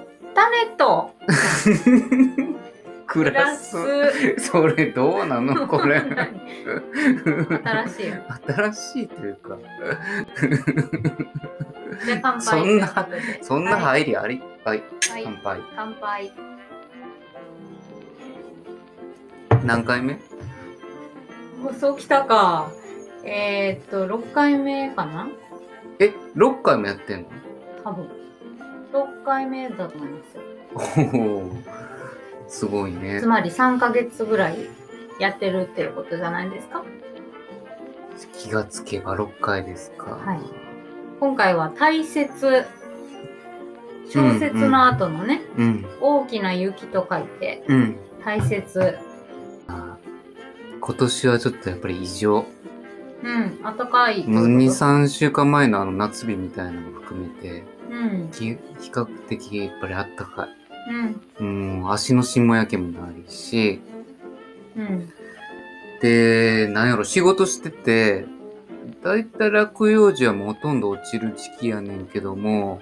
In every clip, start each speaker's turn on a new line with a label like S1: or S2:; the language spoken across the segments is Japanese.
S1: れと
S2: ク
S1: プ
S2: ラ
S1: ラ
S2: ス
S1: ス。
S2: それどうなのこれ。
S1: 何新しいよ。
S2: 新しいというか、
S1: じゃあ乾杯
S2: そん
S1: というこ
S2: な
S1: とで
S2: そんな
S1: はい
S2: 入りあり。はい、
S1: はい
S2: 乾杯。
S1: 乾杯
S2: 何回目
S1: 放送来たかえー、っと6回目かな
S2: え、6回もやってんの
S1: 多分6回目だと思いますよ
S2: おーすごいね
S1: つ。まり3ヶ月ぐらいやってるっていうことじゃないですか
S2: 気がつけば6回ですか。
S1: はい今回は大切小説の後のね、
S2: うん、
S1: 大きな雪と書いて
S2: うん。
S1: 大切
S2: あー今年はちょっとやっぱり異常。
S1: うん暖かい
S2: もう2、3週間前のあの夏日みたいなのも含めて、
S1: うん
S2: き比較的やっぱりあったかい。
S1: うん
S2: うん、足のしもやけもないし、
S1: うん
S2: で、なんやろ、仕事してて、だいたい落葉樹はもうほとんど落ちる時期やねんけども、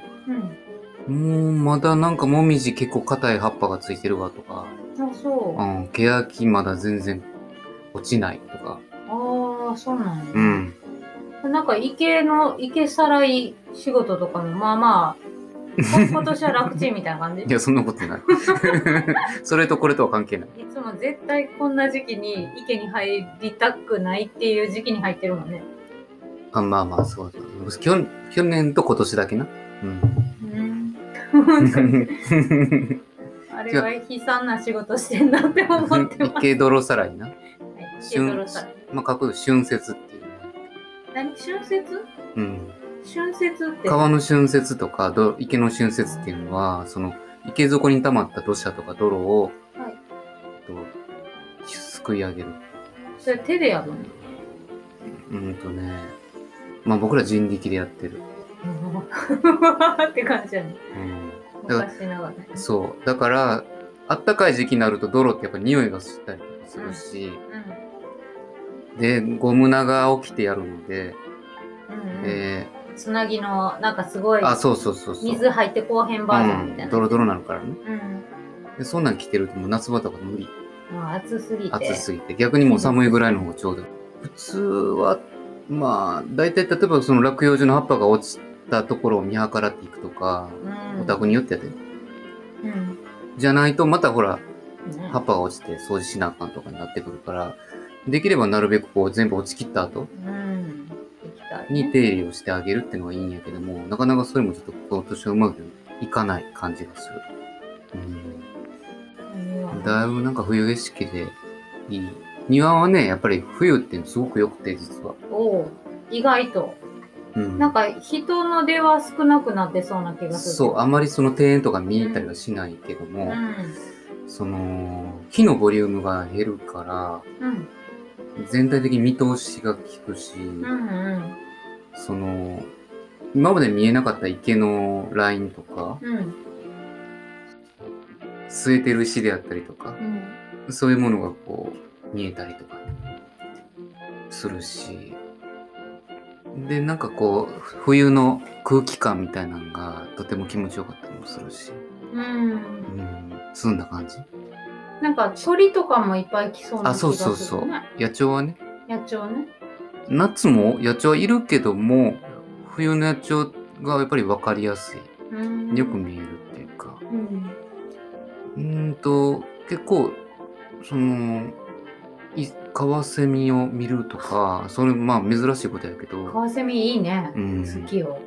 S1: うん
S2: もうまだなんかもみじ結構硬い葉っぱがついてるわとか、
S1: あそう
S2: う
S1: あ
S2: ん、ケヤキまだ全然落ちないとか、
S1: あそうなんだ、
S2: うん。
S1: なんか池の池さらい仕事とかもまあまあ 今年は楽ちんみたいな感じ
S2: いや、そんなことない。 それとこれとは関係ない。
S1: いつも絶対こんな時期に池に入りたくないっていう時期に入ってるもんね。
S2: あまあまあ、そうだ。去去年と今年だけな。うん。
S1: うん。
S2: うん
S1: あれは悲惨な仕事してんなって思ってます。
S2: 池泥さらいな。
S1: はい池
S2: 春
S1: 泥さ、
S2: まあ、書く春節っていうね。
S1: 何春節
S2: うん。
S1: 春節って。
S2: 川の浚渫とかど池の浚渫っていうのはその池底に溜まった土砂とか泥を、
S1: はい
S2: えっとすくい上げる
S1: それ手でやるの。
S2: うんとねまあ僕ら人力でやってる、
S1: って感じやね。
S2: うん、だか
S1: 昔ながら。
S2: らそうだからあったかい時期になると泥ってやっぱ匂いがしたりとかするし、でゴム長起きてやるので、
S1: うん。うん、うん。
S2: で
S1: つなぎの、なんかすごい、
S2: あそうそうそうそう
S1: 水入ってこうへんバージョンみた
S2: う
S1: いな。
S2: ん、ドロドロなるからね
S1: うん。
S2: でそんなん着てるともう夏場とか無理
S1: まあ、暑すぎて。
S2: 暑すぎて逆にもう寒いぐらいの方がちょうどいい普通はまあ大体例えばその落葉樹の葉っぱが落ちたところを見計らっていくとか、
S1: うん。
S2: お宅によってやで
S1: うん。
S2: じゃないとまたほら
S1: ね
S2: 葉っぱが落ちて掃除しなあかんとかになってくるからできればなるべくこう全部落ちきった後
S1: うん。行きたいね
S2: に手入れをしてあげるっていうのはいいんやけどもなかなかそれもちょっと今年はうまくいかない感じがする、うん、だいぶなんか冬景色でいい庭はねやっぱり冬ってすごく良くて実は、
S1: おお意外と
S2: うん、
S1: なんか人の出は少なくなってそうな気がする
S2: そう、あまりその庭園とか見に行ったりはしないけど
S1: う
S2: も、
S1: ん
S2: その、木のボリュームが減るか
S1: うん
S2: ら、全体的に見通しが効くし、
S1: うんうん
S2: その、今まで見えなかった池のラインとか、
S1: うん
S2: 据えてる石であったりとか、
S1: うん
S2: そういうものがこう、見えたりとか、するし、で、なんかこう、冬の空気感みたいなのがとても気持ちよかったりもするし、
S1: うん
S2: うん、澄んだ感じ。
S1: なんか鳥とかもいっぱい来そうな気
S2: あ、
S1: がす
S2: そ
S1: る、
S2: う
S1: ね、
S2: そうそう。野鳥はね、
S1: 野鳥ね
S2: 夏も野鳥はいるけども冬の野鳥がやっぱり分かりやすい
S1: うん
S2: よく見えるっていうか
S1: うん
S2: うーんと結構そのいカワセミを見るとかそれまあ珍しいことやけ
S1: カ
S2: ど
S1: ワセミいいね、
S2: うん
S1: 好きよ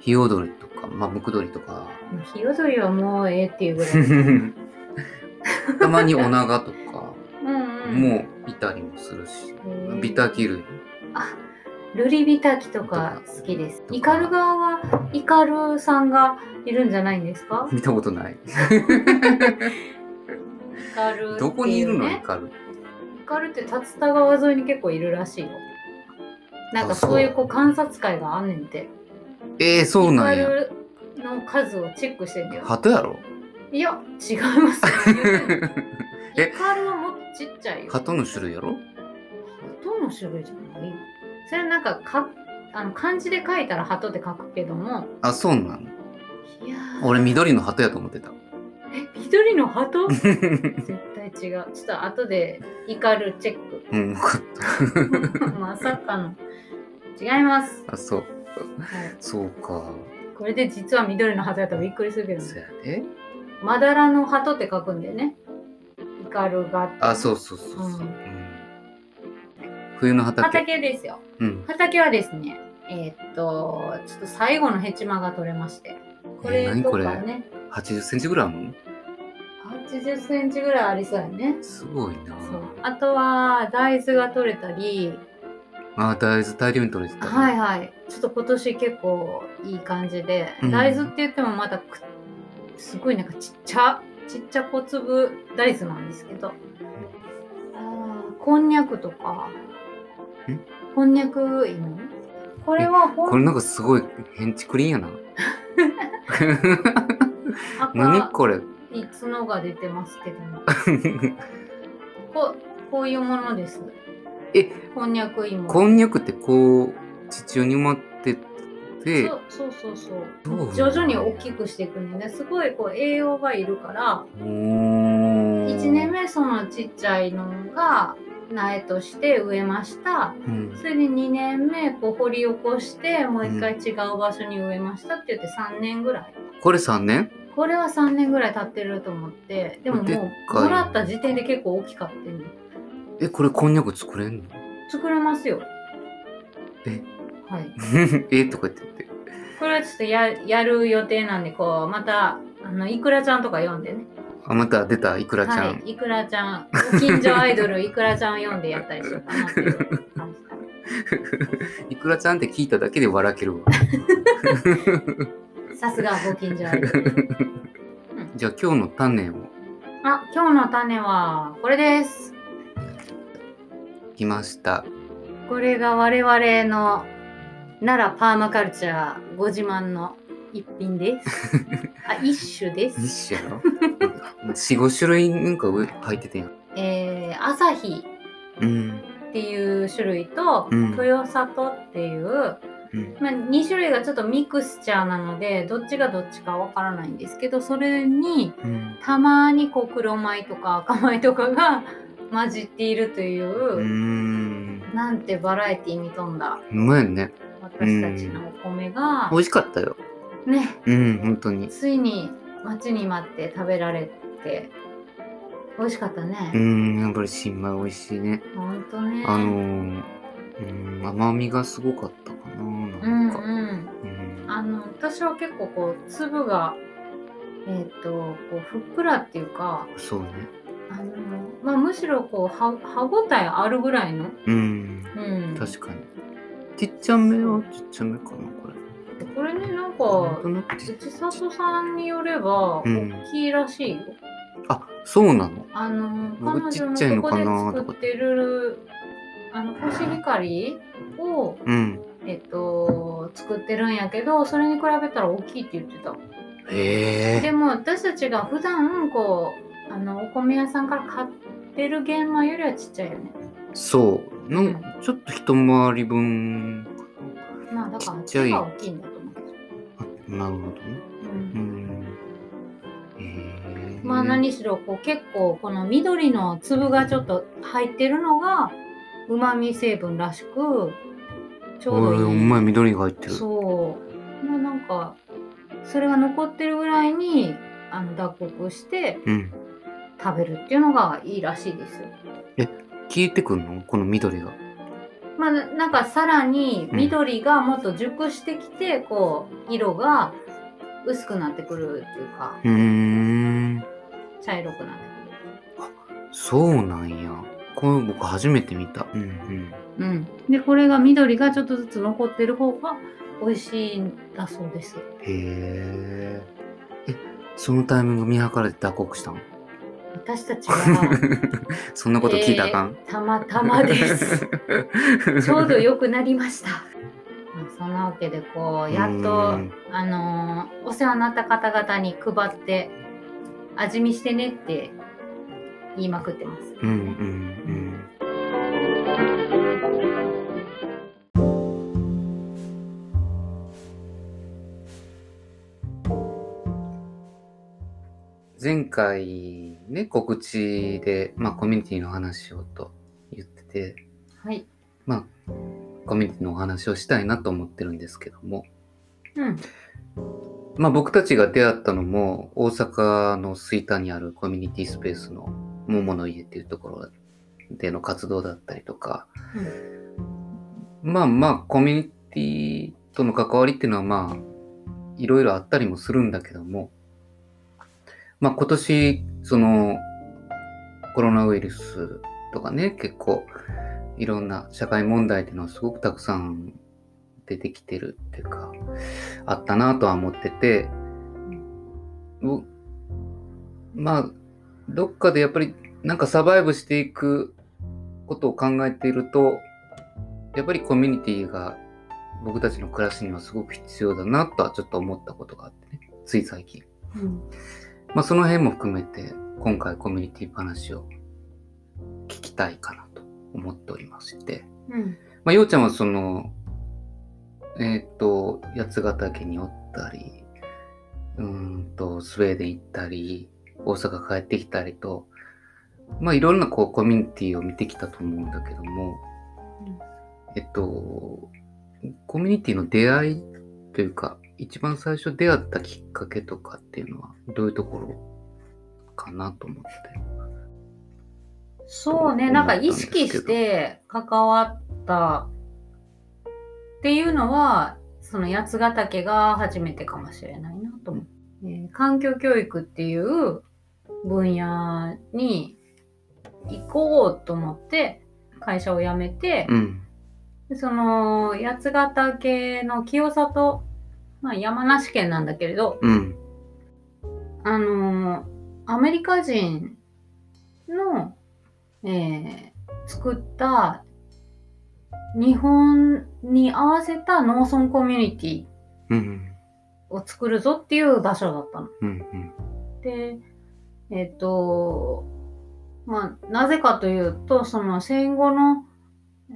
S2: ヒヨドリとかまあムクドリとか
S1: ヒヨドリはもうええっていうぐらい
S2: たまにオナガとか
S1: うんうん
S2: もいたりもするし、
S1: うん
S2: ビタキ類
S1: ルリビタキとか好きです
S2: とか
S1: イカル側はイカルさんがいるんじゃないんですか
S2: 見たことない
S1: イカルっていうね
S2: どこにいるのイカル
S1: イカルって竜田川沿いに結構いるらしいよなんか
S2: あそう
S1: そういうこう観察会があんねんて
S2: えー、そうなんや
S1: イカルの数をチェックしてんだよ
S2: 鳩やろ
S1: いや違います
S2: え
S1: イカルはもっとちっちゃいよ
S2: 鳩の種類やろ
S1: 鳩の種類じゃないそれなんかかあの漢字で書いたら鳩って書くけども
S2: あ、そうなの
S1: いやー
S2: 俺緑の鳩やと思ってた。
S1: 一人の鳩絶対違う。ちょっと後で怒るチェック。
S2: うん、よかっ
S1: まさかの。違います。
S2: た。あ、そう。
S1: はい、
S2: そうか。
S1: これで実は緑の鳩やったらびっくりするけど、
S2: そやで。
S1: まだらの鳩って書くんだよね。怒るが。
S2: あ、そうそうそうそう。
S1: うん
S2: うん冬の畑。
S1: 畑ですよ。
S2: うん。
S1: 畑はですね、えーっと、ちょっと最後のヘチマが取れまして。こ
S2: え
S1: れ
S2: ー何
S1: と
S2: これ
S1: かね、
S2: 80センチぐらいあるの
S1: 80センチぐらいありそうやね。
S2: すごいな
S1: そうあとは大豆が取れたり、
S2: あ、大豆大量に取れてた、
S1: はい
S2: い。
S1: はい。ちょっと今年結構いい感じで、
S2: うん
S1: 大豆って言ってもまだくすごいなんかちっちゃ、ちっちゃ小粒大豆なんですけど、あーこんにゃくとか
S2: ん、
S1: こんにゃく芋これはほ
S2: これ
S1: ん
S2: なんかすごい変竹林やな。 何
S1: 赤
S2: これ
S1: い角が出てますけども、ここういうものです。
S2: え
S1: こんにゃく芋。
S2: こんにゃくってこう地中に埋まってて
S1: そうそうそうそう
S2: どう
S1: 徐々に大きくしていくのですごいこう栄養がいるから
S2: おー
S1: 1年目そのちっちゃいのが苗として植えました
S2: うん
S1: それで2年目こう掘り起こしてもう一回違う場所に植えましたって言って3年ぐらい
S2: これ3年
S1: これは3年ぐらい経ってると思ってでも
S2: でっ
S1: もう
S2: かい
S1: もらった時点で結構大きかったんで
S2: えこれこんにゃく作れんの
S1: 作れますよ
S2: え
S1: はい
S2: えとか言ってて
S1: これはちょっとややる予定なんでこうまたあのいくらちゃんとか読んでね
S2: あまた出たイクラちゃん、
S1: はい、いくらちゃん、ご近所アイドルいくらちゃんを読んでやったりしようかなっていう感じだね
S2: イクラちゃんって聞いただけで笑けるわ
S1: さすがご近所アイドル。
S2: じゃあ今日の種を
S1: あ、今日の種はこれです。
S2: きました
S1: これが我々の奈良パーマカルチャーご自慢の一品です。 あ、一種で
S2: 一
S1: す。
S2: 種やろ45種類なんか上入っててんや
S1: えー、朝日
S2: うん
S1: っていう種類と、
S2: うん
S1: 豊里っていう
S2: うん
S1: まあ、2種類がちょっとミクスチャーなのでどっちがどっちかわからないんですけどそれに
S2: うん
S1: たまにこう黒米とか赤米とかが混じっているというう、
S2: ん
S1: なんてバラエティーに富んだ
S2: うまいよね
S1: 私たちのお米が
S2: 美、味しかったよ
S1: ね
S2: うん本当に
S1: ついに待ちに待って食べられて美味しかったね、
S2: うんやっぱり新米美味しいね
S1: ほんとね
S2: あのー、うん甘みがすごかったかな
S1: う
S2: なん
S1: ん
S2: か、
S1: うん
S2: うん
S1: あの私は結構こう粒がえっ、とこうふっくらっていうか
S2: そうね
S1: あの、まあ、むしろこうは歯ごたえあるぐらいの、
S2: うん
S1: うん、
S2: 確かにちっちゃめはちっちゃめかなこれ
S1: これねなん
S2: なん
S1: か
S2: となくちっ
S1: 内里さんによれば
S2: うん
S1: 大きいらしいよ、
S2: あそうなの
S1: あの彼
S2: 僕ち
S1: 女
S2: っ
S1: も
S2: ちゃいの
S1: こ
S2: か
S1: こで
S2: なと
S1: 作
S2: か
S1: ってるあのコシヒカリを、
S2: うん
S1: えっと、作ってるんやけどそれに比べたら大きいって言ってた
S2: へ
S1: で
S2: え
S1: も私たちが普段こうあのお米屋さんから買ってる玄米よりはちっちゃいよね
S2: そうなんちょっと一回り分
S1: まあだから
S2: ちっちゃい
S1: 手が大きいんだと思うけど、
S2: あなるほどね
S1: うん
S2: うんへえ
S1: まあ何しろこう結構この緑の粒がちょっと入ってるのがうまみ成分らしくちょうど
S2: おい
S1: いい。
S2: お前緑が入ってる
S1: そう。もうなんかそれが残ってるぐらいにあの脱穀して
S2: うん
S1: 食べるっていうのがいいらしいですよ。
S2: 消えてくるのこの緑が
S1: まあななんかさらに緑がもっと熟してきて、こう色が薄くなってくるっていうか
S2: うーん
S1: 茶色くなってくる。
S2: そうなんやこれ僕初めて見たうんうん
S1: うん、でこれが緑がちょっとずつ残ってる方が美味しいんだそうです
S2: へえ。え、そのタイミング見計らって打刻したん
S1: 私たちは
S2: そんなこと聞いたらあかん、
S1: たまたまです ちょうど良くなりましたまあそんなわけでこうやっと
S2: うん
S1: あのーお世話になった方々に配って味見してねって言いまくってます、
S2: うんうんうん。前回ね、告知で、まあコミュニティの話をと言ってて、
S1: はい。
S2: まあ、コミュニティのお話をしたいなと思ってるんですけども、
S1: うん。
S2: まあ僕たちが出会ったのも、大阪の吹田にあるコミュニティスペースの桃の家っていうところでの活動だったりとか、まあまあコミュニティとの関わりっていうのはまあいろいろあったりもするんだけどもまあ今年そのコロナウイルスとかね結構いろんな社会問題っていうのはすごくたくさん出てきてるっていうかあったなとは思っててうまあどっかでやっぱりなんかサバイブしていくことを考えているとやっぱりコミュニティが僕たちの暮らしにはすごく必要だなとはちょっと思ったことがあってね、つい最近。
S1: うん。
S2: まあその辺も含めて今回コミュニティ話を聞きたいかなと思っておりまして。
S1: うん。
S2: まあようちゃんはその、えっ、と、八ヶ岳におったり、うーんと、スウェーデン行ったり、大阪帰ってきたりと、まあいろんなこうコミュニティを見てきたと思うんだけども、
S1: うん
S2: えっと、コミュニティの出会いというか、一番最初出会ったきっかけとかっていうのは、どういうところかなと思って。
S1: そうね、なんか意識して関わったっていうのは、その八ヶ岳が初めてかもしれないなと思う。えー環境教育っていう分野に行こうと思って、会社を辞めて、
S2: うん。
S1: でその八ヶ岳の清里、まあ、山梨県なんだけれど、
S2: うん。
S1: あのーアメリカ人の、えー作った日本に合わせた農村コミュニティ
S2: うん。
S1: を作るぞっていう場所だったの。
S2: うん。うん。
S1: で、えっ、と、まあ、なぜかというと、その戦後の、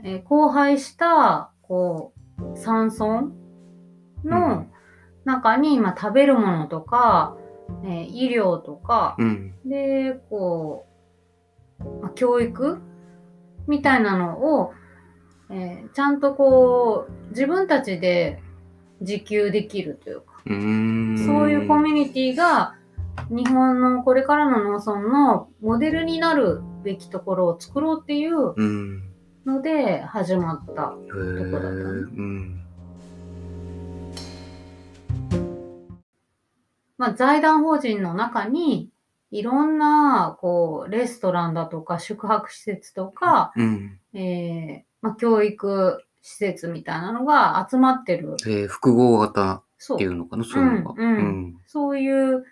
S1: えー荒廃した、こう、山村の中に、まあ、食べるものとか、えー医療とか、
S2: うん。
S1: で、こう、まあ教育みたいなのを、えーちゃんとこう、自分たちで自給できるというか、
S2: うーん。
S1: そういうコミュニティが日本のこれからの農村のモデルになるべきところを作ろうっていう
S2: うん。
S1: ので始まった。
S2: へ
S1: と
S2: ー
S1: こだったね
S2: うん。
S1: まあ、財団法人の中にいろんなこうレストランだとか宿泊施設とか、
S2: うん。
S1: えーまあ、教育施設みたいなのが集まってる。
S2: えー複合型
S1: そ
S2: っていう
S1: う
S2: のかな、そういうのが。
S1: うんうんそういう、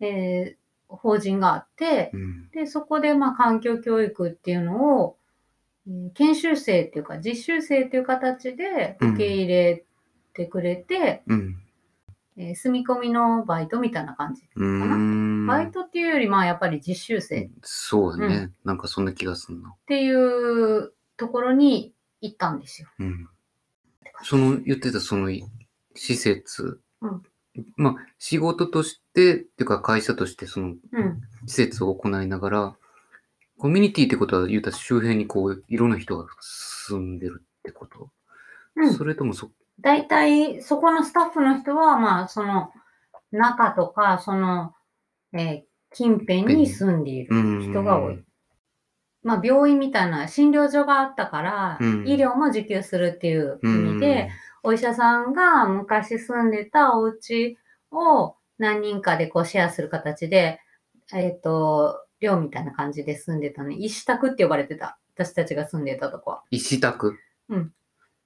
S1: えー法人があって、
S2: うん。
S1: で、そこで、まあ、環境教育っていうのを、うん研修生っていうか、実習生っていう形で受け入れてくれて、
S2: うん。
S1: えー住み込みのバイトみたいな感じ。
S2: うーん。
S1: バイトっていうより、まあ、やっぱり実習生っ
S2: そうだね、なんかそんな気がすんな。
S1: ていうところに行ったんですよ。
S2: うん。その言ってたその施設、
S1: うん
S2: まあ仕事としてっていうか会社としてその
S1: うん。
S2: 施設を行いながらコミュニティってことは言うたら周辺にこういろんな人が住んでるってこと、
S1: うん
S2: そ。れともそ
S1: 大体、そこのスタッフの人は、まあ、その、中とか、その、えー近辺に住んでいる。人
S2: 人
S1: が多い。まあ、病院みたいな診療所があったから、
S2: うん
S1: 医療も受給するっていう意
S2: うん
S1: 味で、、お医者さんが昔住んでたお家を何人かでこうシェアする形で、えっ、と、寮みたいな感じで住んでたね。一宅って呼ばれてた。私たちが住んでたとこは。
S2: 石宅。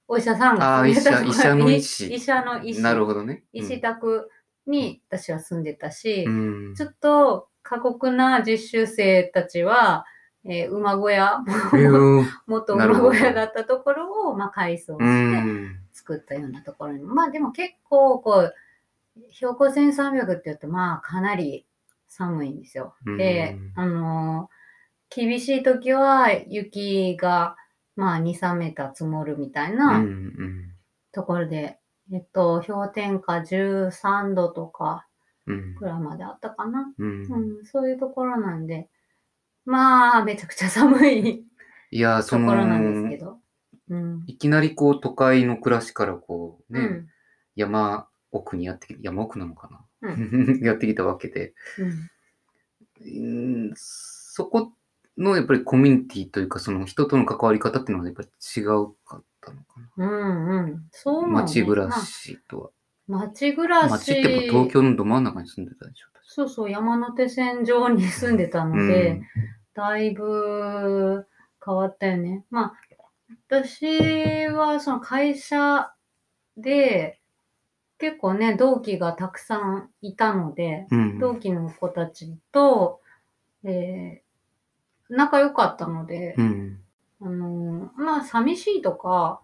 S1: お医者さん
S2: あ
S1: が
S2: ー
S1: 住んでたとこ
S2: 医者医者の医師
S1: 医者の医師。
S2: なるほどね。
S1: 石宅に私は住んでたし、
S2: うん。
S1: ちょっと過酷な実習生たちは、えー馬小屋、
S2: うん
S1: 元
S2: なる
S1: 馬
S2: ほど
S1: 小屋だったところを、まあ、改装
S2: う
S1: して
S2: ん。
S1: 作ったようなところに、まあでも結構こう標高1300って言うとまあかなり寒いんですよ。で、あのー厳しい時は雪がまあ2、3メーター積もるみたい
S2: うんう
S1: なんところで、えっと、氷点下13度とか
S2: うん
S1: くらいまであったかな。
S2: う、
S1: うんん、そういうところなんで、まあ、めちゃくちゃ寒い
S2: いやー
S1: とこ
S2: そ
S1: ろなんです
S2: の
S1: けど。うん。
S2: いきなりこう都会の暮らしからこ
S1: う
S2: うね、
S1: ん。
S2: 山奥にやってき山奥なのかな、
S1: う
S2: やってきたわけで、
S1: うん。
S2: うんそこのやっぱりコミュニティというかその人との関わり方っていうのはやっぱり違うかったのかな
S1: うんうん。そうもね
S2: 街暮ら
S1: まあ
S2: しとは。
S1: 街暮らし。
S2: 街ってもう東京のど真ん中に住んでたでしょ。
S1: そうそう、山手線上に住んでた
S2: う
S1: ので、
S2: ん。
S1: だいぶ変わったよね。まあ、私はその会社で結構ね、同期がたくさんいたので、
S2: うん。
S1: 同期の子たちと、えー仲良かったので
S2: う、ん。
S1: あのーまあ、寂しいとか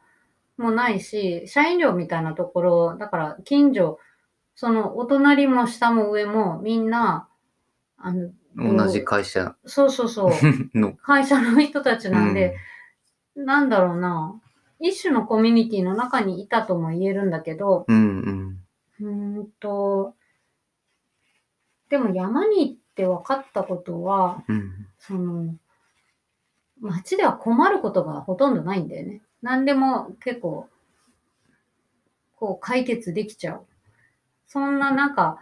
S1: もないし、社員寮みたいなところ、だから近所、そのお隣も下も上もみんな、あの、
S2: 同じ会社
S1: そうそう そう、
S2: の。
S1: 会社の人たちなんで、なんだろうな、一種のコミュニティの中にいたとも言えるんだけど、
S2: うんう
S1: う
S2: ん。
S1: ーんと、でも山に行って分かったことは、
S2: うん。
S1: その、街では困ることがほとんどないんだよね。何でも結構、こう解決できちゃう。そんななんか、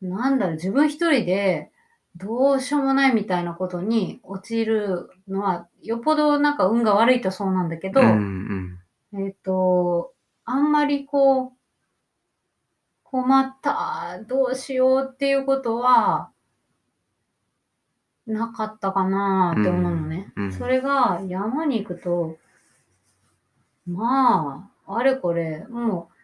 S1: なんだろう、自分一人でどうしようもないみたいなことに陥るのは、よっぽどなんか運が悪いとそうなんだけど、
S2: うんうん。
S1: えっ、と、あんまりこう、困った、どうしようっていうことは、なかったかなって思うのね。
S2: うんうん
S1: それが山に行くと、まあ、あれこれ、もう、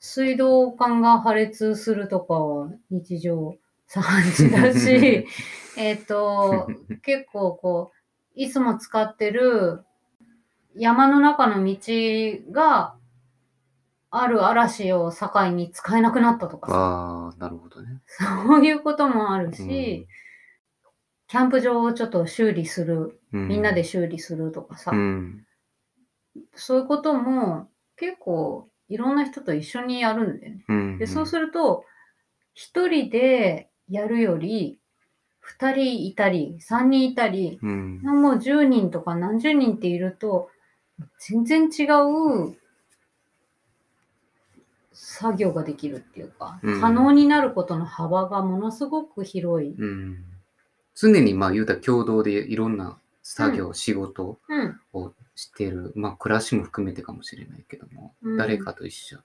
S1: 水道管が破裂するとかは日常茶飯事だ し、えっと、結構こう、いつも使ってる山の中の道がある嵐を境に使えなくなったとか、
S2: ああ、なるほどね。
S1: そういうこともあるし、キャンプ場をちょっと修理する、
S2: う
S1: みんなで修理するとかさ、
S2: うん。
S1: そういうことも結構いろんな人と一緒にやるんだよね。
S2: うん。
S1: で、そうす
S2: る
S1: ると、一人でやるより、二人いたり、三人いたり、
S2: うん。
S1: もう10人とか何十人っていると、全然違う作業ができるっていうか、
S2: うん
S1: 可能になることの幅がものすごく広い。
S2: うん。常にまあ言うたら共同でいろんな作業、仕事
S1: うん。
S2: をしてる、まあ暮らしも含めてかもしれないけども、
S1: うん
S2: 誰かと一緒、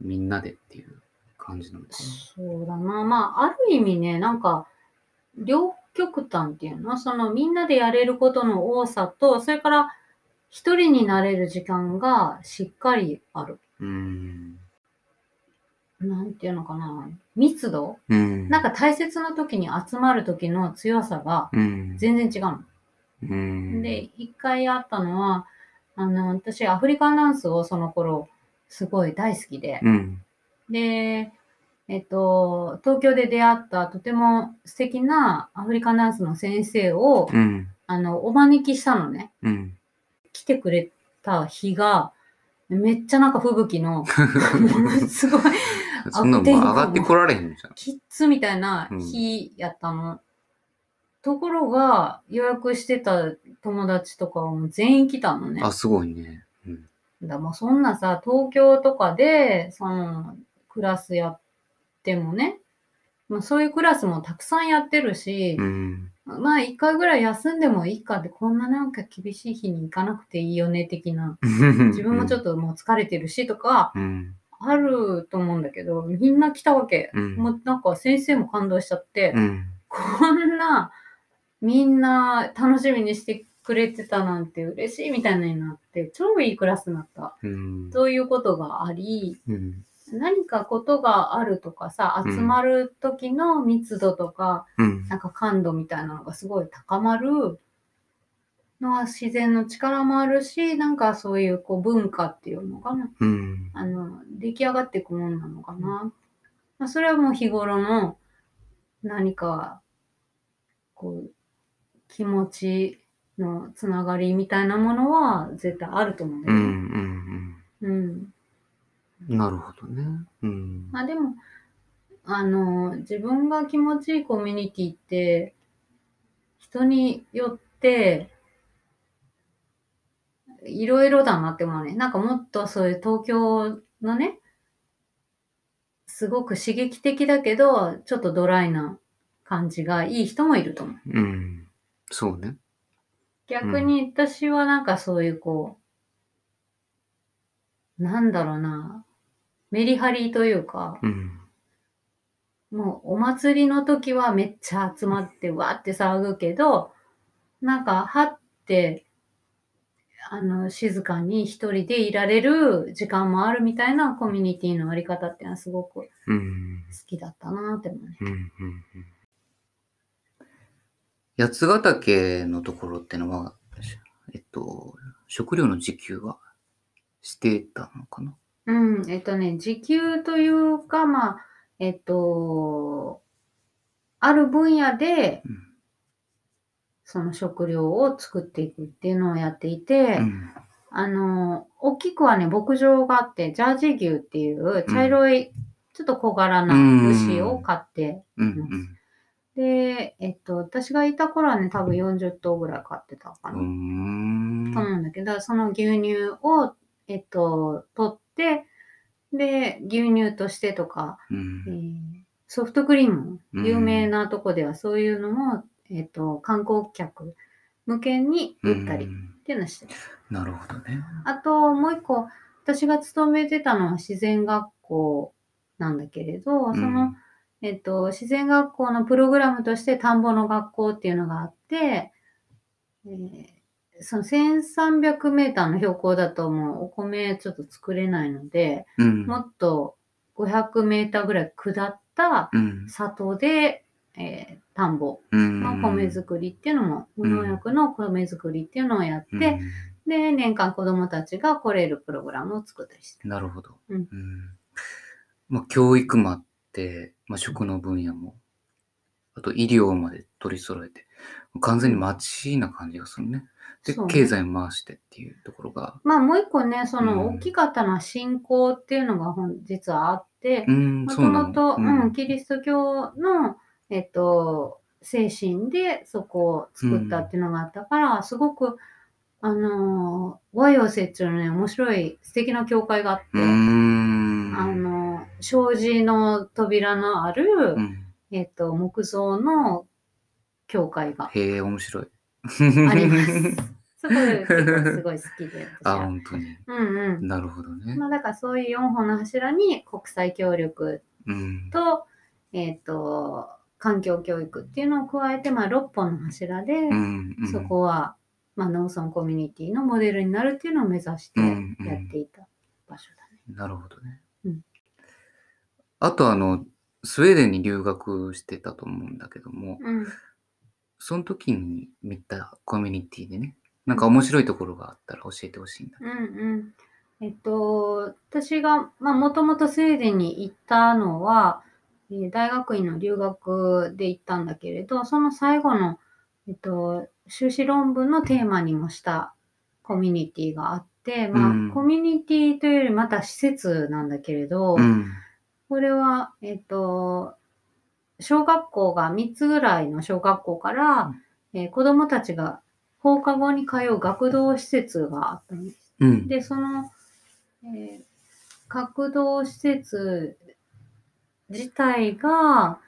S2: みんなでっていう感じなのか
S1: そうだな。まあ、ある意味ね、なんか、両極端っていうのそのみんなでやれることの多さと、それから一人になれる時間がしっかりある。
S2: な。うん。
S1: なんていうのかな。密度
S2: うん。
S1: なんか大切な時に集まる時の強さが
S2: うん。
S1: 全然違うの。
S2: うん。
S1: で、一回あったのは、あの、私アフリカンダンスをその頃すごい大好きで、
S2: うん。
S1: で、えっと、東京で出会ったとても素敵なアフリカンダンスの先生を、
S2: うん。
S1: あの、お招きしたのね。
S2: うん。
S1: 来てくれた日が、めっちゃなんか吹雪の、ものすごい、
S2: そんなもう上がってこられへんじゃん。
S1: キッズみたいな日やったの。ところが、予約してた友達とかはもう全員来たのね。
S2: あ、すごいね。うん。
S1: だもうそんなさ、東京とかで、その、クラスやってもね、まあ、そういうクラスもたくさんやってるし
S2: う、ん。
S1: まあ一回ぐらい休んでもいいかって、こんななんか厳しい日に行かなくていいよね、的な。自
S2: 自
S1: 分もちょっ
S2: と。
S1: ともう疲れてるしとか、
S2: うん。
S1: あると思うんだけど、みんな来たわけ。
S2: うん。
S1: もうなんか先生も感動しちゃって、
S2: うん。
S1: こんな、みんな楽しみにしてくれてたなんて嬉しいみたいなになって、超いいクラスになった。
S2: うん。
S1: ということがあり、
S2: うん。
S1: 何かことがあるとかさ、集まる時の密度とか、
S2: うん。
S1: なんか感度みたいなのがすごい高まるのは自然の力もあるし、なんかそういうこう文化っていうのかな。
S2: うん。
S1: あの、出来上がっていくもんなのかな。まあ、それはもう日頃の何か、こう、気持ちのつながりみたいなものは絶対あると思うんだ
S2: う
S1: よ
S2: ん。う
S1: ね。
S2: ん。
S1: うん。
S2: なるほどね。うん。
S1: まあでも、あの、自分が気持ちいいコミュニティって、人によって、いろいろだなって思うね。なんかもっとそういう東京のね、すごく刺激的だけど、ちょっとドライな感じがいい人もいると思う。
S2: うん。そうね。
S1: 逆に私はなんかそういうこう、なんだろうな、メリハリというか、
S2: うん。
S1: もうお祭りの時はめっちゃ集まってわーって騒ぐけど、なんかはって、あの、静かに一人でいられる時間もあるみたいなコミュニティのあり方っていうのはすごく好
S2: うん。
S1: きだったなーって思うね。
S2: うんうんうん八ヶ岳のところってのは、えっと、食料の自給はしてたのかな
S1: うん、えっとね、時給というか、まあ、えっと、ある分野で
S2: うん、
S1: その食料を作っていくっていうのをやっていて、
S2: うん。
S1: あの、大きくはね、牧場があって、ジャージー牛っていう茶色い、ちょっと小柄な牛を飼って、
S2: うんうん。
S1: で、えっと、私がいた頃はね、多分40頭ぐらい飼ってたか
S2: う
S1: な、
S2: ーん。
S1: と思うんだけど、その牛乳を、えっと、取って、で、牛乳としてとか、
S2: う
S1: え
S2: ん
S1: ーソフトクリーム、
S2: うん
S1: 有名なとこではそういうのも、えっと、観光客向けに売ったり
S2: う
S1: っ
S2: ん
S1: ていうのをしてる
S2: なるほどね。
S1: あと、もう一個、私が勤めてたのは自然学校なんだけれど、その、えっと、自然学校のプログラムとして田んぼの学校っていうのがあって、えーその1300メーターの標高だともうお米ちょっと作れないので、
S2: うん、
S1: もっと500メーターぐらい下った
S2: うん、
S1: 里で、えー田んぼ
S2: うん、
S1: の米作りっていうのも、
S2: うん
S1: 農薬の米作りっていうのをやって、で、年間子供たちが来れるプログラムを作ったりして
S2: うん、なるほど。
S1: うん
S2: まあ、教育もあって、まあ、食の分野も、あと医療まで取り揃えて、完全に街な感じがするね。で、
S1: そうね
S2: 経済回してっていうところが。
S1: まあもう一個ね、その
S2: うん
S1: 大きかったのは信仰っていうのがほん実はあって
S2: う、ん、
S1: も
S2: そ
S1: と
S2: うな
S1: もと
S2: の。、
S1: うん、キリスト教の、えっと、精神でそこを作ったっていうのがあったから、すごく、あのー、和洋折衷のね、面白い素敵な教会があって、
S2: うーん。
S1: あのー、障子の扉のある、
S2: うん、
S1: えっと、木造の教会が
S2: へえ、面白い。
S1: あ
S2: あ
S1: ります。そこ結構すごい好きで。私
S2: あ、
S1: は
S2: 本当に。
S1: うんうん。
S2: なるほどね。
S1: まあだからそういう4本の柱に国際協力
S2: うん。
S1: と、えっ、と、環境教育っていうのを加えて、まあ6本の柱で、
S2: うん、うん
S1: そこは、まあ農村コミュニティのモデルになるっていうのを目指して
S2: うんうん
S1: やっていた場所だね。
S2: なるほどね。
S1: うん
S2: あとあの、スウェーデンに留学してたと思うんだけども、
S1: うん。
S2: その時に見たコミュニティでね、なんか面白いところがあったら教えてほしいんだけ
S1: うんうん。えっと、私が、まあ、もともとスウェーデンに行ったのは、えー大学院の留学で行ったんだけれど、その最後の、えっと、修士論文のテーマにもしたコミュニティがあって、まあ、
S2: うん
S1: コミュニティというよりまた施設なんだけれど、
S2: ど。うん。
S1: これは、えっと、小学校が3つぐらいの小学校から、えー子供たちが放課後に通う学童施設があったんです。
S2: うん。
S1: で、その、えー学童施設自体が、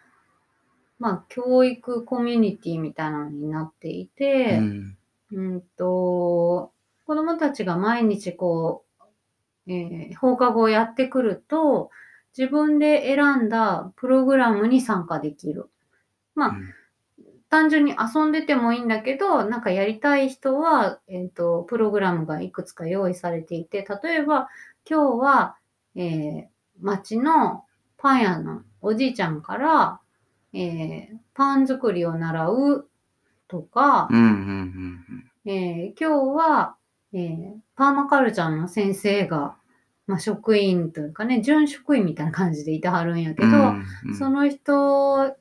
S1: まあ、教育コミュニティみたいなのになっていて、
S2: うん
S1: うんと、子供たちが毎日こう、えー放課後やってくると、自分で選んだプログラムに参加できる。まあ、単純に遊んでてもいいんだけど、なんかやりたい人は、えっ、と、プログラムがいくつか用意されていて、例えば、今日は、えー町のパン屋のおじいちゃんから、えーパン作りを習うとか、
S2: うん。うん。うん。
S1: えー今日は、えーパーマカルチャーの先生が、まあ、職員というかね、準職員みたいな感じでいてはるんやけ
S2: う
S1: ど、
S2: んうんうん
S1: その人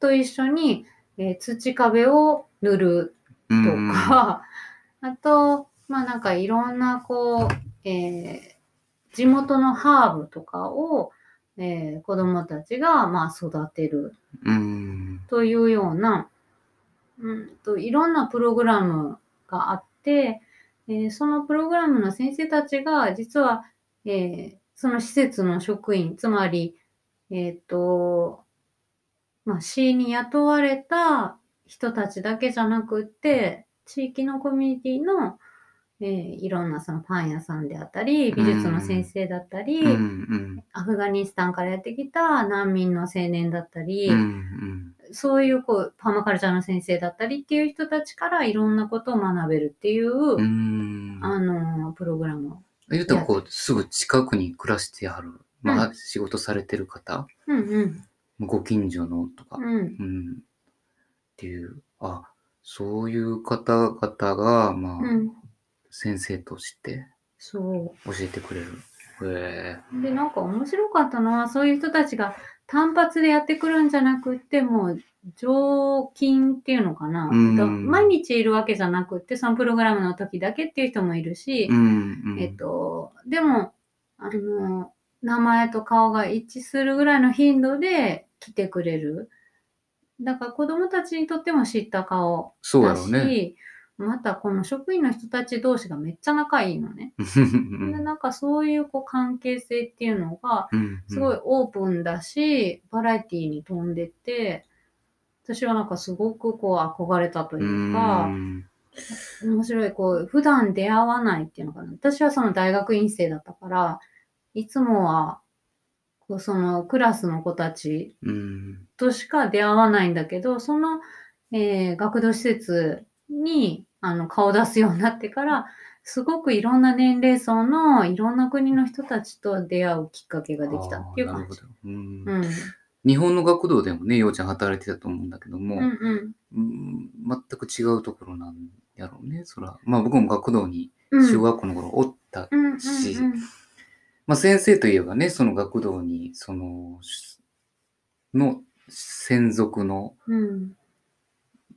S1: と一緒に、えー土壁を塗る
S2: うん
S1: と
S2: うん
S1: か、 あと、まあなんかいろんなこう、えー地元のハーブとかを、ええー子どもたちが、まあ、育てる
S2: うん。
S1: というような、うん、といろんなプログラムがあって、えーそのプログラムの先生たちが実は、えーその施設の職員つまり、えっとまあ、市に雇われた人たちだけじゃなくって地域のコミュニティの、えーいろんなそのパン屋さんであったり美術の先生だったり、
S2: うん。うん。
S1: アフガニスタンからやってきた難民の青年だったり、
S2: うん。うん。
S1: そういうこうパーマカルチャーの先生だったりっていう人たちからいろんなことを学べるっていう、
S2: うん。
S1: あのプログラムを。
S2: 言うたらこう、すぐ近くに暮らしてはる。まあ、仕事されてる方、
S1: うんうん
S2: ご近所のとか、
S1: うん
S2: うん。っていう、あ、そういう方々が、まあ、
S1: うん、
S2: 先生として
S1: そ
S2: 教えてくれる。へえ。
S1: うでなんか面白かったのはそういう人たちが単発でやってくるんじゃなくってもう常勤っていうのかな、
S2: うん
S1: だ毎日いるわけじゃなくってそのプログラムの時だけっていう人もいるし、
S2: うん、うん。
S1: えっと、でも、あの、名前と顔が一致するぐらいの頻度で来てくれる。だから子供たちにとっても知った顔
S2: そうや
S1: だ
S2: ろう
S1: し、
S2: ね。
S1: またこの職員の人たち同士がめっちゃ仲いいのね。
S2: うん
S1: でなんかそういうこう関係性っていうのが
S2: うん
S1: すごい。オープンだし、バラエティに富んでて、私はなんかすごくこう憧れたと
S2: う
S1: いうんか、面白い、こう、普段出会わないっていうのかな。私はその大学院生だったから、いつもは、こう、そのクラスの子たち
S2: うん。
S1: としか出会わないんだけど、その、えー学童施設に、あの、顔を出すようになってから、すごくいろんな年齢層のいろんな国の人たちと出会うきっかけができたっていう
S2: あーな
S1: 感
S2: るほ
S1: じ
S2: ど。うん
S1: うん。
S2: 日本の学童でもね、ようちゃん働いてたと思うんだけども、
S1: うんうん
S2: うん全く違うところなんやろうね、そら。まあ僕も学童に
S1: うん。
S2: 中学校の頃おった。
S1: うんうんうん
S2: しまあ先生といえばね、その学童に、その、しの専属の
S1: うん。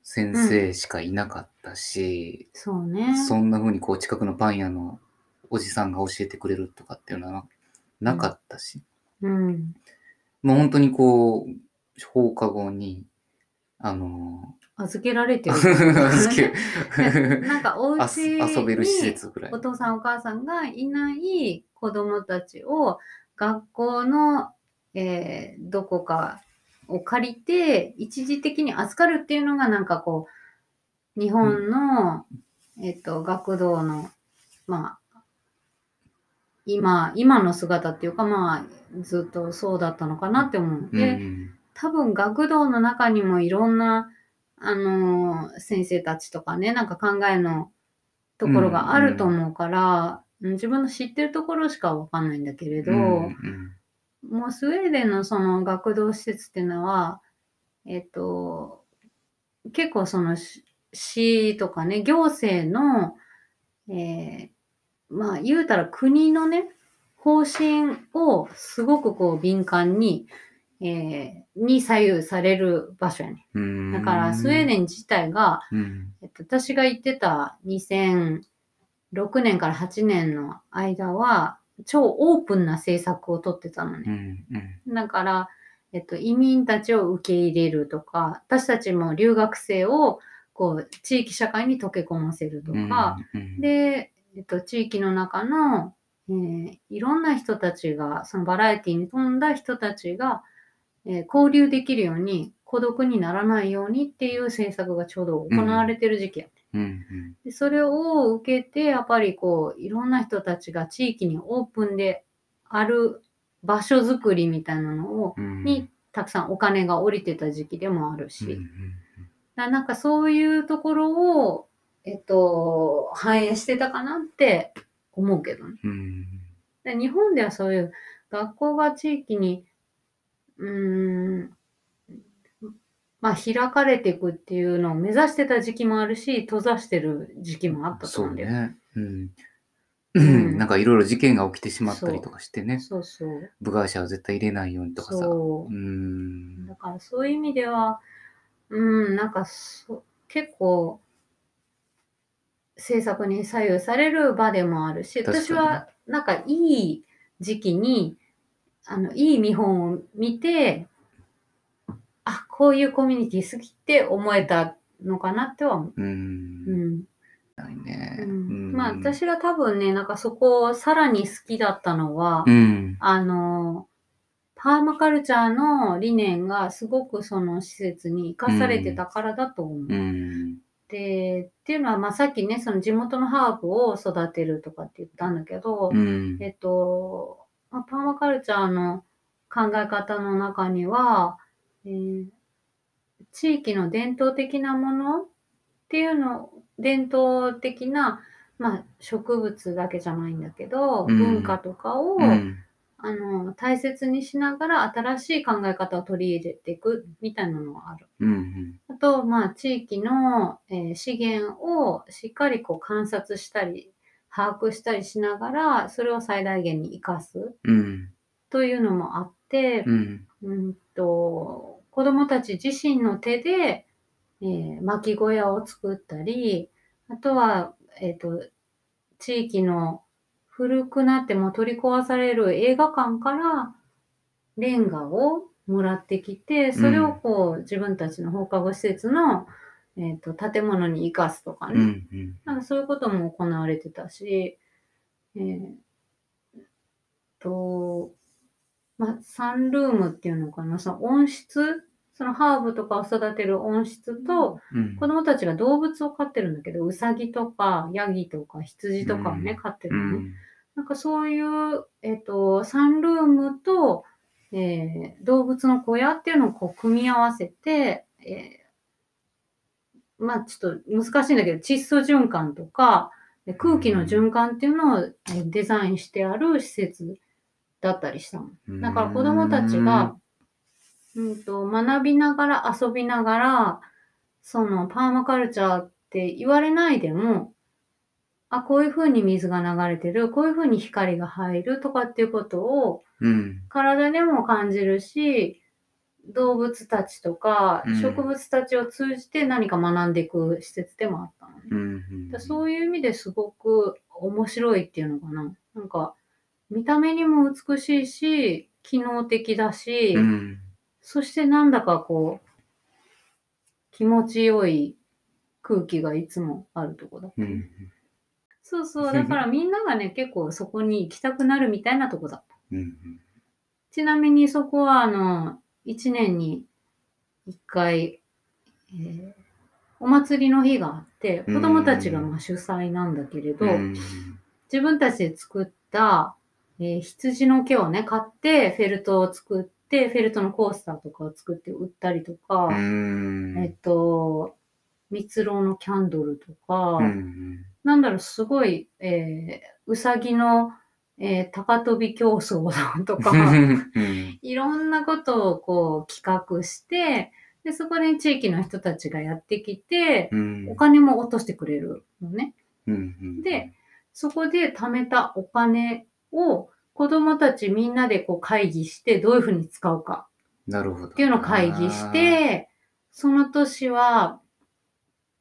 S2: 先生しかいなかったし、
S1: そうね。
S2: そんな風にこう近くのパン屋のおじさんが教えてくれるとかっていうのはなかったし、
S1: うん。
S2: まあ本当にこう、放課後に、あの
S1: 預けられてる。
S2: ー預け
S1: なんかお
S2: あす
S1: 家に
S2: 遊べる施設ぐらい
S1: お。父さんお母さんがいない子供たちを学校の、えーどこかを借りて一時的に預かるっていうのがなんかこう日本の、えっと学童のまあ今今の姿っていうかまあずっとそうだったのかなって思う。で、
S2: うん
S1: 多分学童の中にもいろんな、あのー先生たちとかねなんか考えのところがあると思うから、うん自分の知ってるところしかわかんないんだけれど、
S2: うんうん
S1: もうスウェーデンのその学童施設っていうのはえっと結構そのし市とかね行政の、えーまあ言うたら国のね方針をすごくこう敏感に、えーに左右される場所やね。
S2: うん
S1: だからスウェーデン自体が、
S2: うん
S1: えっと、私が行ってた2006年から8年の間は超オープンな政策をとってたのね
S2: う。んうん
S1: だから、えっと、移民たちを受け入れるとか、私たちも留学生をこう地域社会に溶け込ませるとか、
S2: うん、
S1: で、えっと、地域の中の、えーいろんな人たちが、そのバラエティに富んだ人たちが、えー交流できるように、孤独にならないようにっていう政策がちょうど行われてる時期や
S2: うんうん
S1: でそれを受けてやっぱりこういろんな人たちが地域にオープンである場所づくりみたいなのを
S2: うん
S1: にたくさんお金が降りてた時期でもあるし、
S2: うんう
S1: だから
S2: ん
S1: なんかそういうところを、えっと、反映してたかなって思うけどね。
S2: うん
S1: で日本ではそういう学校が地域にうーんまあ開かれていくっていうのを目指してた時期もあるし閉ざしてる時期もあったと
S2: そ
S1: 思う
S2: うん
S1: だよ
S2: ね。うん。
S1: うん
S2: なんかいろいろ事件が起きてしまったりとかしてね、
S1: そうそう。
S2: 部外者は絶対入れないようにとかさ。う
S1: そう
S2: ーん
S1: だ。からそういう意味では、うん、なんかそ結構、制作に左右される場でもあるし、
S2: 確かに
S1: 私はなんかいい時期に、あの、いい見本を見て、あ、こういうコミュニティ好きって思えたのかなっては思う。
S2: う。
S1: うんん
S2: ないね。
S1: う
S2: うんん
S1: まあ私が多分ね、なんかそこをさらに好きだったのは、
S2: うん。
S1: あの、パーマカルチャーの理念がすごくその施設に生かされてたからだと思う。
S2: うん。
S1: で、っていうのは、まあさっきね、その地元のハーブを育てるとかって言ったんだけど、
S2: うん。
S1: えっと、まあパーマカルチャーの考え方の中には、えー地域の伝統的なものっていうの、伝統的な、まあ、植物だけじゃないんだけど、
S2: うん
S1: 文化とかを、
S2: うん
S1: あの大切にしながら新しい考え方を取り入れていくみたいなのがある。
S2: うん。
S1: あと、まあ、地域の、えー資源をしっかりこう観察したり、把握したりしながら、それを最大限に活かす
S2: うん。
S1: というのもあって、
S2: うん。
S1: うんと子どもたち自身の手で、えー巻き小屋を作ったりあとは、えっと地域の古くなっても取り壊される映画館からレンガをもらってきてそれをこう、自分たちの放課後施設の、えっと建物に生かすとかね、
S2: うん。うん。
S1: なんかそういうことも行われてたし、えーと、まあ、サンルームっていうのかな、その温室、そのハーブとかを育てる温室と、
S2: うん
S1: 子供たちが動物を飼ってるんだけど、ウサギとか、ヤギとか、羊とかをね、
S2: うん
S1: 飼って
S2: う
S1: るのね。
S2: ん。
S1: なんかそういう、えっ、と、サンルームと、えー動物の小屋っていうのをこう組み合わせて、えーまあちょっと難しいんだけど、窒素循環とか、で空気の循環っていうのをえーデザインしてある施設だったりしたの。だから子供たちが、うんと、学びながら遊びながら、そのパーマカルチャーって言われないでも、あ、こういう風に水が流れてる、こういう風に光が入るとかっていうことを
S2: うん、
S1: 体でも感じるし、動物たちとか
S2: うん
S1: 植物たちを通じて何か学んでいく施設でもあったのね。
S2: うん。うん。
S1: だそういう意味ですごく面白いっていうのかな。なんか、見た目にも美しいし、機能的だし、
S2: うん。
S1: そしてなんだかこう、気持ちよい空気がいつもあるとこだった
S2: う
S1: ね、
S2: ん。
S1: そうそう、だからみんながね、結構そこに行きたくなるみたいなとこだった。
S2: うん。
S1: ちなみにそこは、あの、1年に1回、えーお祭りの日があって、子供たちがまあ主催なんだけれど、
S2: うん
S1: 自分たちで作った、えー羊の毛をね、買って、フェルトを作って、フェルトのコースターとかを作って売ったりとか、
S2: うん
S1: えっと、蜜蝋のキャンドルとか、
S2: うん
S1: なんだろう、すごい、えー、うさぎの、えー高跳び競争だとか、
S2: うん
S1: いろんなことをこう企画して、で、そこで地域の人たちがやってきて、
S2: うん
S1: お金も落としてくれるのね。
S2: うん
S1: で、そこで貯めたお金を子供たちみんなでこう会議してどういうふうに使うか
S2: なるほど。っ
S1: っていうのを会議し、て、その年は、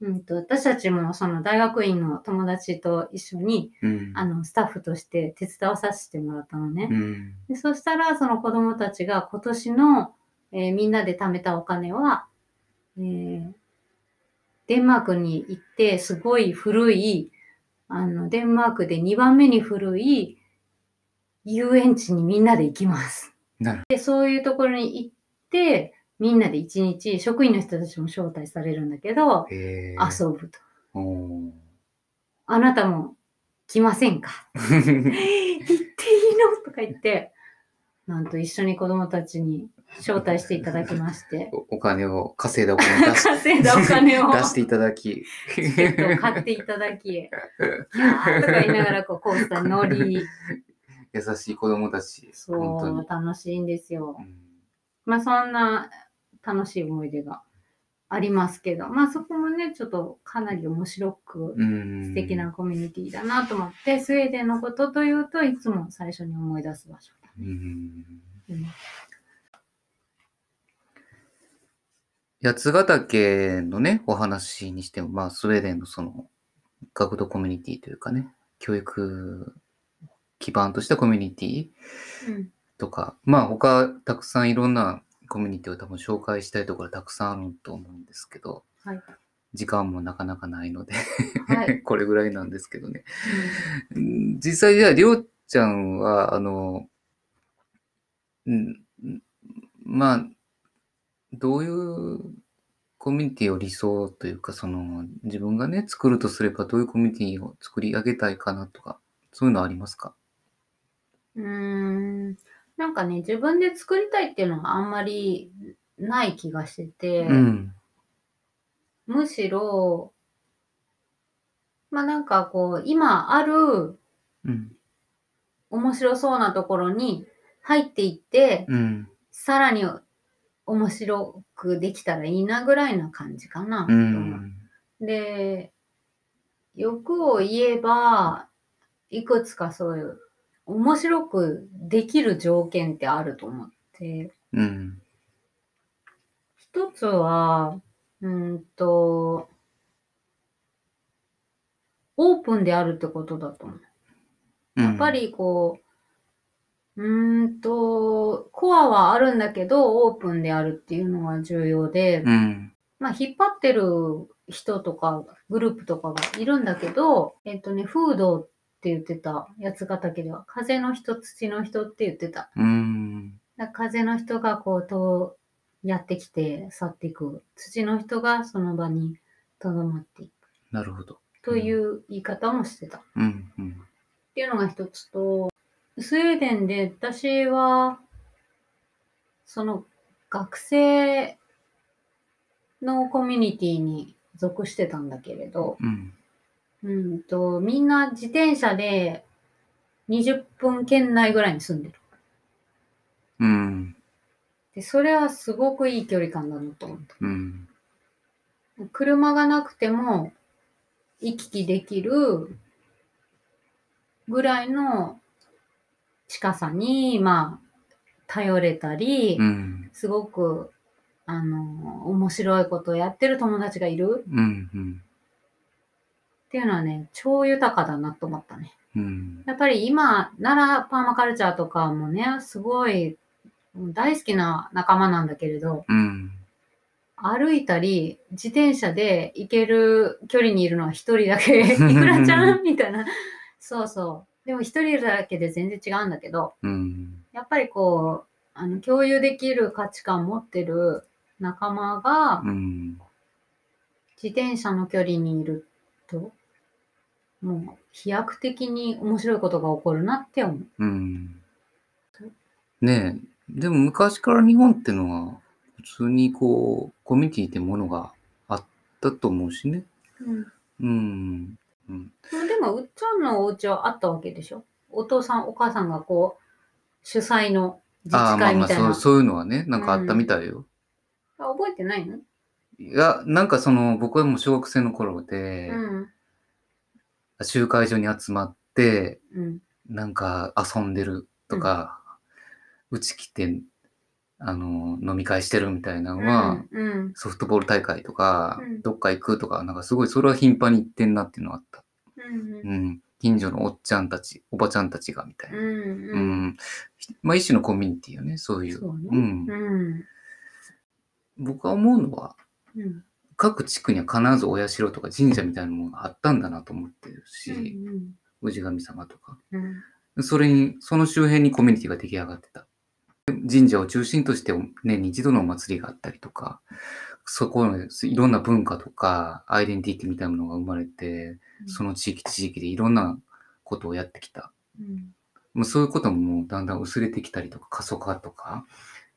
S1: うんと、私たちもその大学院の友達と一緒に、
S2: うん、
S1: あの、スタッフとして手伝わさせてもらったのね。
S2: うん、
S1: でそしたら、その子供たちが今年の、えーみんなで貯めたお金は、えーデンマークに行って、すごい古い、あの、デンマークで2番目に古い遊園地にみんなで行きます。
S2: なる
S1: で、そういうところに行って、みんなで一日、職員の人たちも招待されるんだけど、
S2: えー、
S1: 遊ぶと。
S2: おー
S1: あなたも来ませんか行っていいのとか言って、なんと一緒に子供たちに招待していただきまして、
S2: おお金を稼いだお金を出し
S1: 稼いだお金を
S2: 出していただき、
S1: チケットを買っていただき、いやーとか言いながらこうコースターに乗り、
S2: 優しい子供たち、本当
S1: そう
S2: に、。
S1: 楽しいんですよ
S2: う。ん
S1: まあそんな楽しい思い出がありますけど、まあそこもね、ちょっとかなり面白く
S2: うん
S1: 素敵なコミュニティだなと思って、スウェーデンのことというといつも最初に思い出す場所。
S2: うん
S1: うん
S2: 八ヶ岳のね、お話にしても、まあ、スウェーデンのその、学徒コミュニティというかね、教育基盤としたコミュニティ
S1: うん
S2: ととか、まあ他たくさんいろんなコミュニティを多分紹介したいところたくさんあると思うんですけど、
S1: はい
S2: 時間もなかなかないので、
S1: はい
S2: これぐらいなんですけどね。うん実際じゃあ、りょうちゃんは、あの、うん、まあ、どういうコミュニティを理想というか、その、自分がね、作るとすれば、どういうコミュニティを作り上げたいかなとか、そういうのありますか
S1: うん、うーんなんかね自分で作りたいっていうのがあんまりない気がしてて、
S2: うん。
S1: むしろまあなんかこう今ある
S2: うん。
S1: 面白そうなところに入っていって
S2: うん。
S1: さらに面白くできたらいいなぐらいな感じかな。
S2: う
S1: と思
S2: ん。
S1: うで欲を言えばいくつかそういう面白くできる条件ってあると思って
S2: うん。
S1: 一つはうーんとオープンであるってことだと思う。
S2: や
S1: やっぱ、りこう、うーんと、コアはあるんだけど、オープンであるっていうのが重要で、
S2: うん。
S1: まあ、引っ張ってる人とか、グループとかがいるんだけど、えっとね、風土って言ってた、八ヶ岳では、風の人、土の人って言ってた。
S2: うん。
S1: だから風の人がこう、と、やってきて去っていく。土の人がその場に留まっていく。
S2: なるほど。
S1: という言い方もしてた。
S2: うん。うん。
S1: っていうのが一つと、スウェーデンで私は、その学生のコミュニティに属してたんだけれど、
S2: うん。
S1: うんと、みんな自転車で20分圏内ぐらいに住んでる。
S2: うん。
S1: で、それはすごくいい距離感だなと思った。
S2: うん。
S1: 車がなくても行き来できるぐらいの近さに、まあ、頼れたり、
S2: うん。
S1: すごく、あの、面白いことをやってる友達がいる
S2: うん。うん。
S1: っていうのはね、超豊かだなと思ったね。
S2: うん。
S1: やっぱり今、奈良パーマカルチャーとかもね、すごい大好きな仲間なんだけれど、
S2: うん。
S1: 歩いたり、自転車で行ける距離にいるのは一人だ け、いくらちゃんみたいな。そうそう。でも一人いるだけで全然違うんだけど、
S2: うん。
S1: やっぱりこう、あの、共有できる価値観持ってる仲間が
S2: う、ん。
S1: 自転車の距離にいると、もう飛躍的に面白いことが起こるなって思う。
S2: うん。ねえ、でも昔から日本ってのは、普通にこう、コミュニティってものがあったと思うしね。
S1: うん、
S2: うん。うん。
S1: でも、うっちゃんのお家はあったわけでしょお父さん、お母さんがこう、主催の自
S2: ああ、
S1: 治
S2: まあ
S1: 会
S2: ま
S1: み
S2: あ
S1: たい
S2: そ
S1: な。
S2: う、そういうのはね、なんかあったみたいよ。
S1: あ覚えてないの
S2: いや、なんかその、僕はもう小学生の頃で、
S1: うん。
S2: 集会所に集まって、
S1: うん。
S2: なんか遊んでるとか、うち来て、あの、飲み会してるみたいなのは、
S1: うん。
S2: ソフトボール大会とか、
S1: うん
S2: どっか行くとか、なんかすごいそれは頻繁に行ってんなっていうのはあった。
S1: うん。
S2: うん。近所のおっちゃんたち、おばちゃんたちがみたいな。う
S1: うん。
S2: ん。まあ一種のコミュニティよね、そういう。
S1: そうね。
S2: うん
S1: うん。
S2: 僕は思うのは、
S1: うん。
S2: 各地区には必ずお社とか神社みたいなものがあったんだなと思ってる
S1: う
S2: し、
S1: ん。
S2: 氏神様とか。
S1: うん。
S2: それに、その周辺にコミュニティが出来上がってた。神社を中心として年に一度のお祭りがあったりとか、そこのいろんな文化とか、アイデンティティみたいなものが生まれて、その地域地域でいろんなことをやってきた。
S1: うん。
S2: もうそういうことももうだんだん薄れてきたりとか、過疎化とか、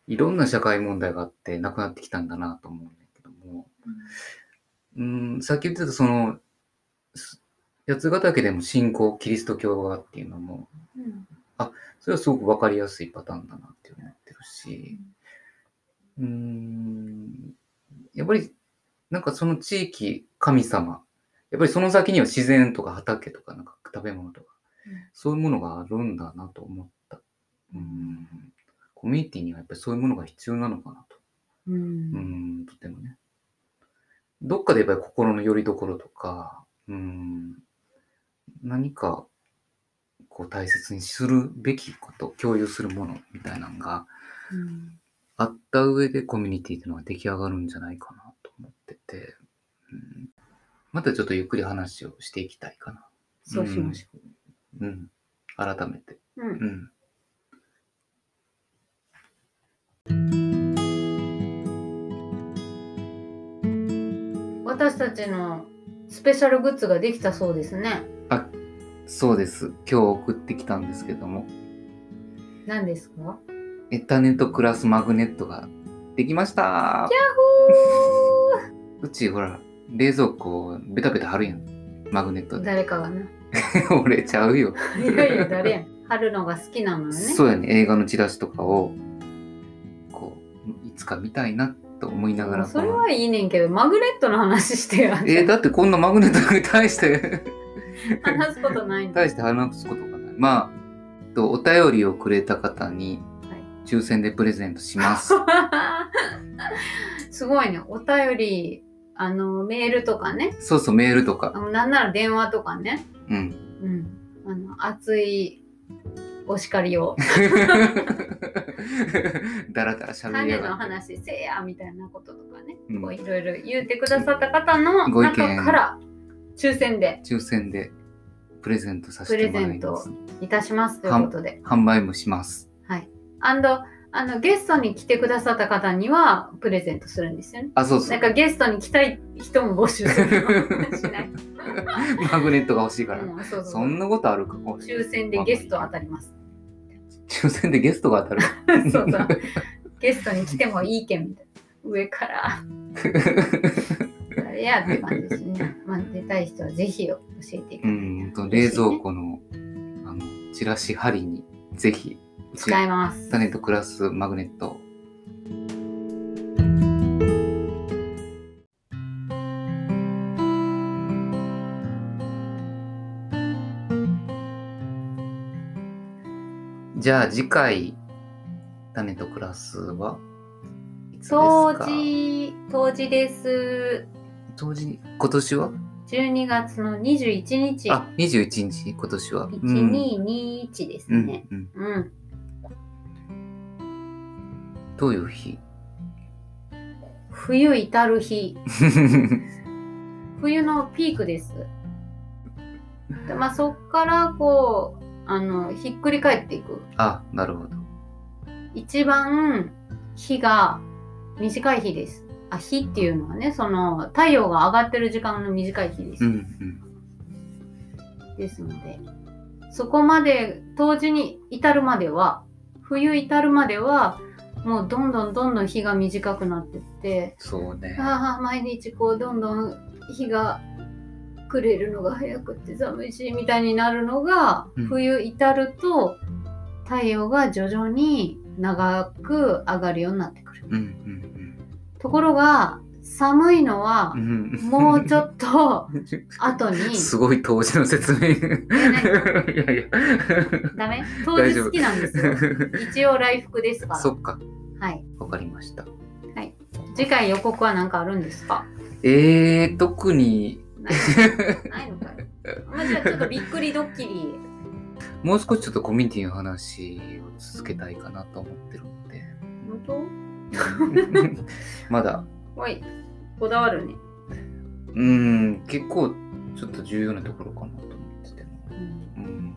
S2: いろんな社会問題があってなくなってきたんだなと思うんだけども、うん、さっき言ってたその、す八ヶ岳でも信仰、キリスト教がっていうのも、
S1: うん。
S2: それはすごくわかりやすいパターンだなって思ってるし、うん、やっぱりなんかその地域、神様、やっぱりその先には自然とか畑とかなんか食べ物とか
S1: うん、
S2: そういうものがあるんだなと思った。うん、コミュニティにはやっぱりそういうものが必要なのかなと。
S1: う。
S2: うんん、とてもね。どっかでやっぱり心の拠り所とか、うん、何かこう大切にするべきこと、共有するものみたいなのが
S1: うん
S2: あった上でコミュニティっていうのが出来上がるんじゃないかなと思ってて、うん、またちょっとゆっくり話をしていきたいかな。
S1: そうしましょ
S2: うん。改めて。
S1: う。うん
S2: うん。
S1: 私たちのスペシャルグッズができたそうですね。
S2: そうです。今日送ってきたんですけども、
S1: 何ですか
S2: エタネと暮らすマグネットができましたうちほら、冷蔵庫をベタベタ貼るやん。マグネットで。
S1: 誰かがな。
S2: 折れちゃうよ。
S1: いやいや、誰やん。貼るのが好きなのよね。
S2: そうやね。映画のチラシとかを、こう、いつか見たいなと思いながら。
S1: それ
S2: この
S1: はいいねんけど、マグネットの話してや。
S2: えーだってこんなマグネットに対して、
S1: 話すことないんだ。
S2: 対して話すことがない。まあ、とお便りをくれた方に
S1: はい、
S2: 抽選でプレゼントします。
S1: すごいね。お便り、あの、メールとかね。
S2: そうそう、メールとか
S1: あ。のなんなら電話とかね。
S2: うん。
S1: うん。あの、熱いお叱りを。
S2: だらだらしゃべり
S1: 種
S2: や
S1: の
S2: がって
S1: 話せえやみたいなこととかね。
S2: うん
S1: こういろいろ言ってくださった方の
S2: ご意
S1: 中
S2: 見
S1: から抽選で
S2: 抽選でプレゼントさせてもらいます
S1: いたしますということで。
S2: 販売もします
S1: アンドあのゲストに来てくださった方にはプレゼントするんですよね。
S2: あそうそ
S1: なん
S2: う
S1: かゲストに来たい人も募集する のしない。
S2: マグネットが欲しいから、
S1: うん、そうそう
S2: そんなことあるかこれ
S1: 抽選でゲスト当たり ます。
S2: 抽選でゲストが当たる
S1: そうそう。ゲストに来てもいいけんみたいな。上から。誰やって感じですね。まあ、出たい人はぜひ教えていただ
S2: う
S1: い
S2: んほん
S1: たら
S2: と
S1: 嬉
S2: 冷
S1: しいね
S2: 蔵庫のあのチラシ貼りにぜひうち
S1: 使います。
S2: 種と暮らすマグネットじゃあ次回種と暮らすはいつです
S1: 当
S2: か
S1: 時、当時です。
S2: 当時今年は
S1: 12月の21日、
S2: あ21日今年はうん
S1: 1221です
S2: うん
S1: ね。
S2: うん
S1: うん。
S2: どういう日
S1: 冬至る日。冬のピークです。でまあ、そっから、こう、あの、ひっくり返っていく。
S2: あなるほど
S1: 一番日が短い日です。あ日っていうのはねその太陽が上がってる時間の短い日です。
S2: うんうん
S1: ですのでそこまで冬至に至るまでは冬至るまではもうどんどんどんどん日が短くなってって
S2: そうね
S1: ああ毎日こうどんどん日が暮れるのが早くって寒いしみたいになるのが、
S2: うん
S1: 冬至ると太陽が徐々に長く上がるようになってくる。
S2: うんうん
S1: ところが寒いのは
S2: うんうん
S1: もうちょっ と後に
S2: すごい当時の説明。いやいや。
S1: ダメ当時好きなんです よ一応来福です か
S2: そ
S1: ら
S2: っか、
S1: はい
S2: わかりました。
S1: 次回予告は何かあるんですか
S2: えー、特に、
S1: ないないのかよまあじゃあちょっとびっくりドッキリ
S2: もう少しちょっとコミュニティの話を続けたいかなと思ってるので。
S1: 本
S2: まだ、
S1: 当はいこだわるね、
S2: うーん、結構ちょっと重要なところかなと思ってても。
S1: うん、
S2: うん、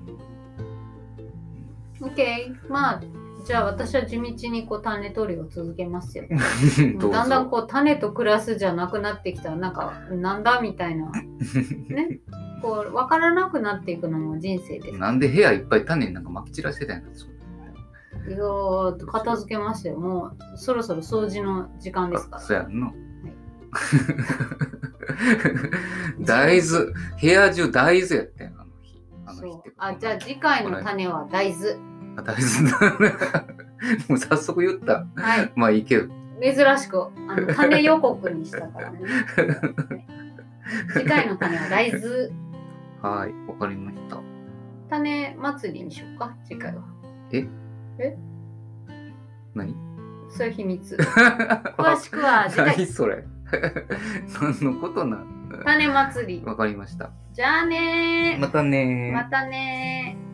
S1: OK まあじゃあ私は地道にこう種取りを続けますよ
S2: どうぞ
S1: だんだんこう種と暮らすじゃなくなってきたらなんかなんだみたい なねこう分からなくなっていくのも人生です
S2: なんで部屋いっぱい種になんかまき散らしてたんやろそんない
S1: やー片付けましたよもうそろそろ掃除の時間ですか
S2: あそうやんの。 大豆、部屋中大豆やったやん、あの日。
S1: ら
S2: あの
S1: そ
S2: 日っ
S1: う
S2: て
S1: あじゃあ次回の種は大豆
S2: あ大豆 だ。もう早速言った。
S1: はい
S2: まあいいけど。
S1: 珍しくあ の種予告にしたからね次回の種は大豆
S2: はい、わかりました。
S1: 種祭りにしようか次回は
S2: 何
S1: そういう秘密詳
S2: 詳
S1: しくは次
S2: 何
S1: 回
S2: それ 何のことなん
S1: 種祭り
S2: わかりました。
S1: じゃあねー
S2: またねー
S1: またねー